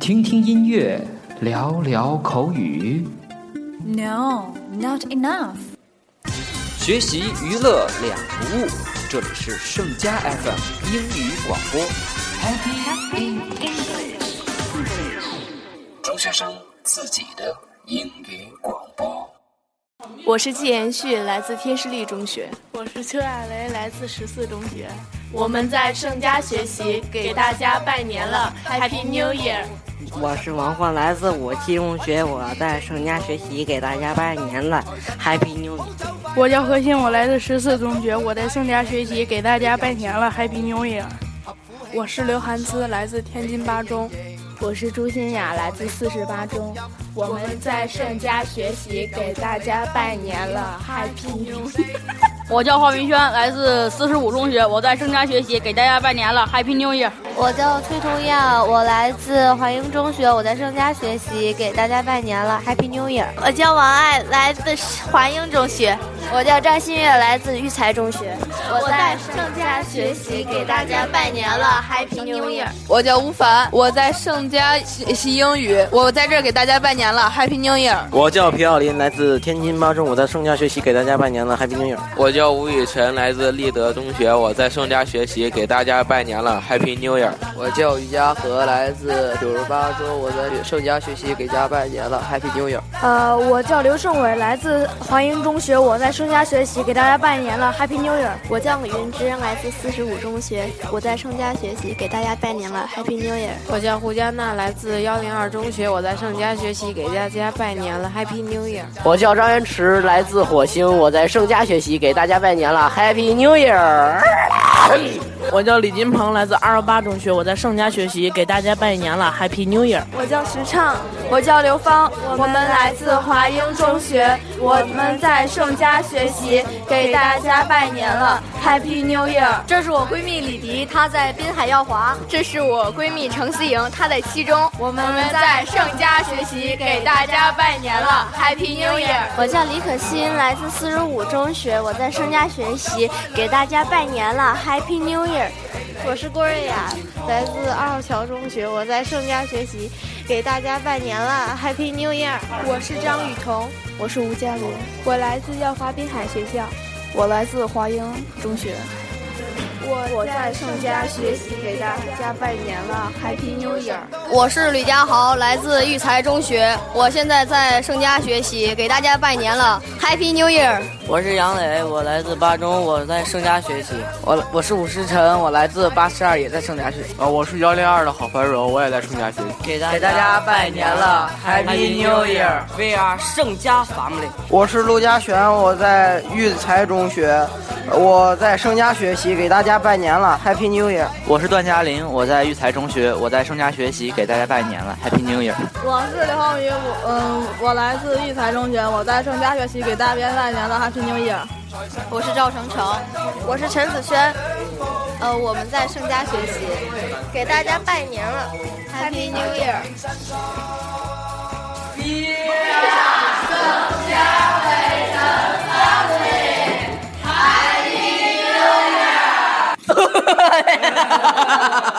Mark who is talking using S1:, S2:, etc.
S1: 听听音乐，聊聊口语，
S2: No, not enough.
S1: 学习娱乐两不误。这里是盛佳 FM 英语广播。Happy English，中学生自己的英语广播。
S3: 我是季延旭，来自天师立中学。
S4: 我是邱亚雷，来自十四中学。
S3: 我们在盛家学习，给大家拜年了，Happy New Year！
S5: 我是王焕，来自五七中学，我在盛家学习，给大家拜年了，Happy New Year！
S4: 我叫何鑫，我来自十四中学，我在盛家学习，给大家拜年了，Happy New Year！我是刘涵姿，来自天津八中。
S6: 我是朱新雅，来自四十八中。我们在盛家学习，给大家拜年了，Happy New Year！
S7: 我叫华明轩，来自四十五中学，我在盛家学习，给大家拜年了，Happy New Year！
S8: 我叫崔同耀，我来自华英中学，我在盛家学习，给大家拜年了，Happy New Year！
S9: 我叫王爱，来自华英中学。
S10: 我叫张馨月，来自育才中学。
S11: 我在盛家学习，给大家拜年了，Happy New Year！
S12: 我叫吴凡，我在盛家学习英语，我在这儿给大家拜年了，Happy New Year！
S13: 我叫皮奥林，来自天津八中，我在盛家学习，给大家拜年了，Happy New Year！
S14: 我叫吴雨辰，来自立德中学，我在盛家学习，给大家拜年了，Happy New Year！
S15: 我叫于家和，来自九十八中，我在盛家学习，给家拜年了，Happy New Year！
S16: 呃，我叫刘胜伟，来自华英中学，我在盛家学习，给大家拜年了，Happy New Year！
S17: 我叫李云芝，来自四十五中学，我在盛家学习，给大家拜年了，Happy New Year！
S18: 我叫胡佳娜，来自幺零二中学，我在盛家学习，给大家拜年了，Happy New Year！
S19: 我叫张元池，来自火星，我在盛家学习，给大家拜年了，Happy New Year！
S20: 我叫李金鹏，来自二幺八中学，我在盛家学习，给大家拜年了，Happy New Year！
S1: 我叫徐畅，我叫刘芳，
S9: 我们来自华英中学，我们在盛家学习，给大家拜年了，Happy New Year！
S5: 这是我闺蜜李迪，她在滨海耀华；
S10: 这是我闺蜜程思莹，她在七中。
S3: 我们在盛家学习，给大家拜年了，Happy New Year！
S2: 我叫李可欣，来自四十五中学，我在盛家学习，给大家拜年了，Happy New Year！
S6: 我是郭瑞雅，来自二号桥中学，我在盛家学习，给大家拜年了，Happy New Year！
S15: 我是张雨桐，
S21: 我是吴佳罗，
S22: 我来自耀华滨海学校，
S23: 我来自华英中学，
S24: 我在盛家学习，给大家拜年了，Happy New Year！
S25: 我是吕家豪，来自育才中学，我现在在盛家学习，给大家拜年了，Happy New Year！
S5: 我是杨磊，我来自八中，我在盛家学习。
S15: 我我是武诗晨，我来自八十二，也在盛家学习。
S14: 啊，我是幺零二的郝怀柔，我也在盛家学习。
S5: 给大家拜年了，Happy New Year！We are 盛家 family。
S26: 我是陆家璇，我在育才中学，我在盛家学习，给大家拜年了，Happy New Year！
S27: 我是段嘉林，我在育才中学，我在盛家学习，给大家拜年了，Happy New Year！
S28: 我是刘浩宇，我嗯，我来自育才中学，我在盛家学习，给大家拜年了，Happy。New Year，
S29: 我是赵成成，
S30: 我是陈子轩，
S29: 呃，我们在盛家学习，给大家拜年了，Happy New Year！
S31: 一让盛家为人方力，Happy New Year！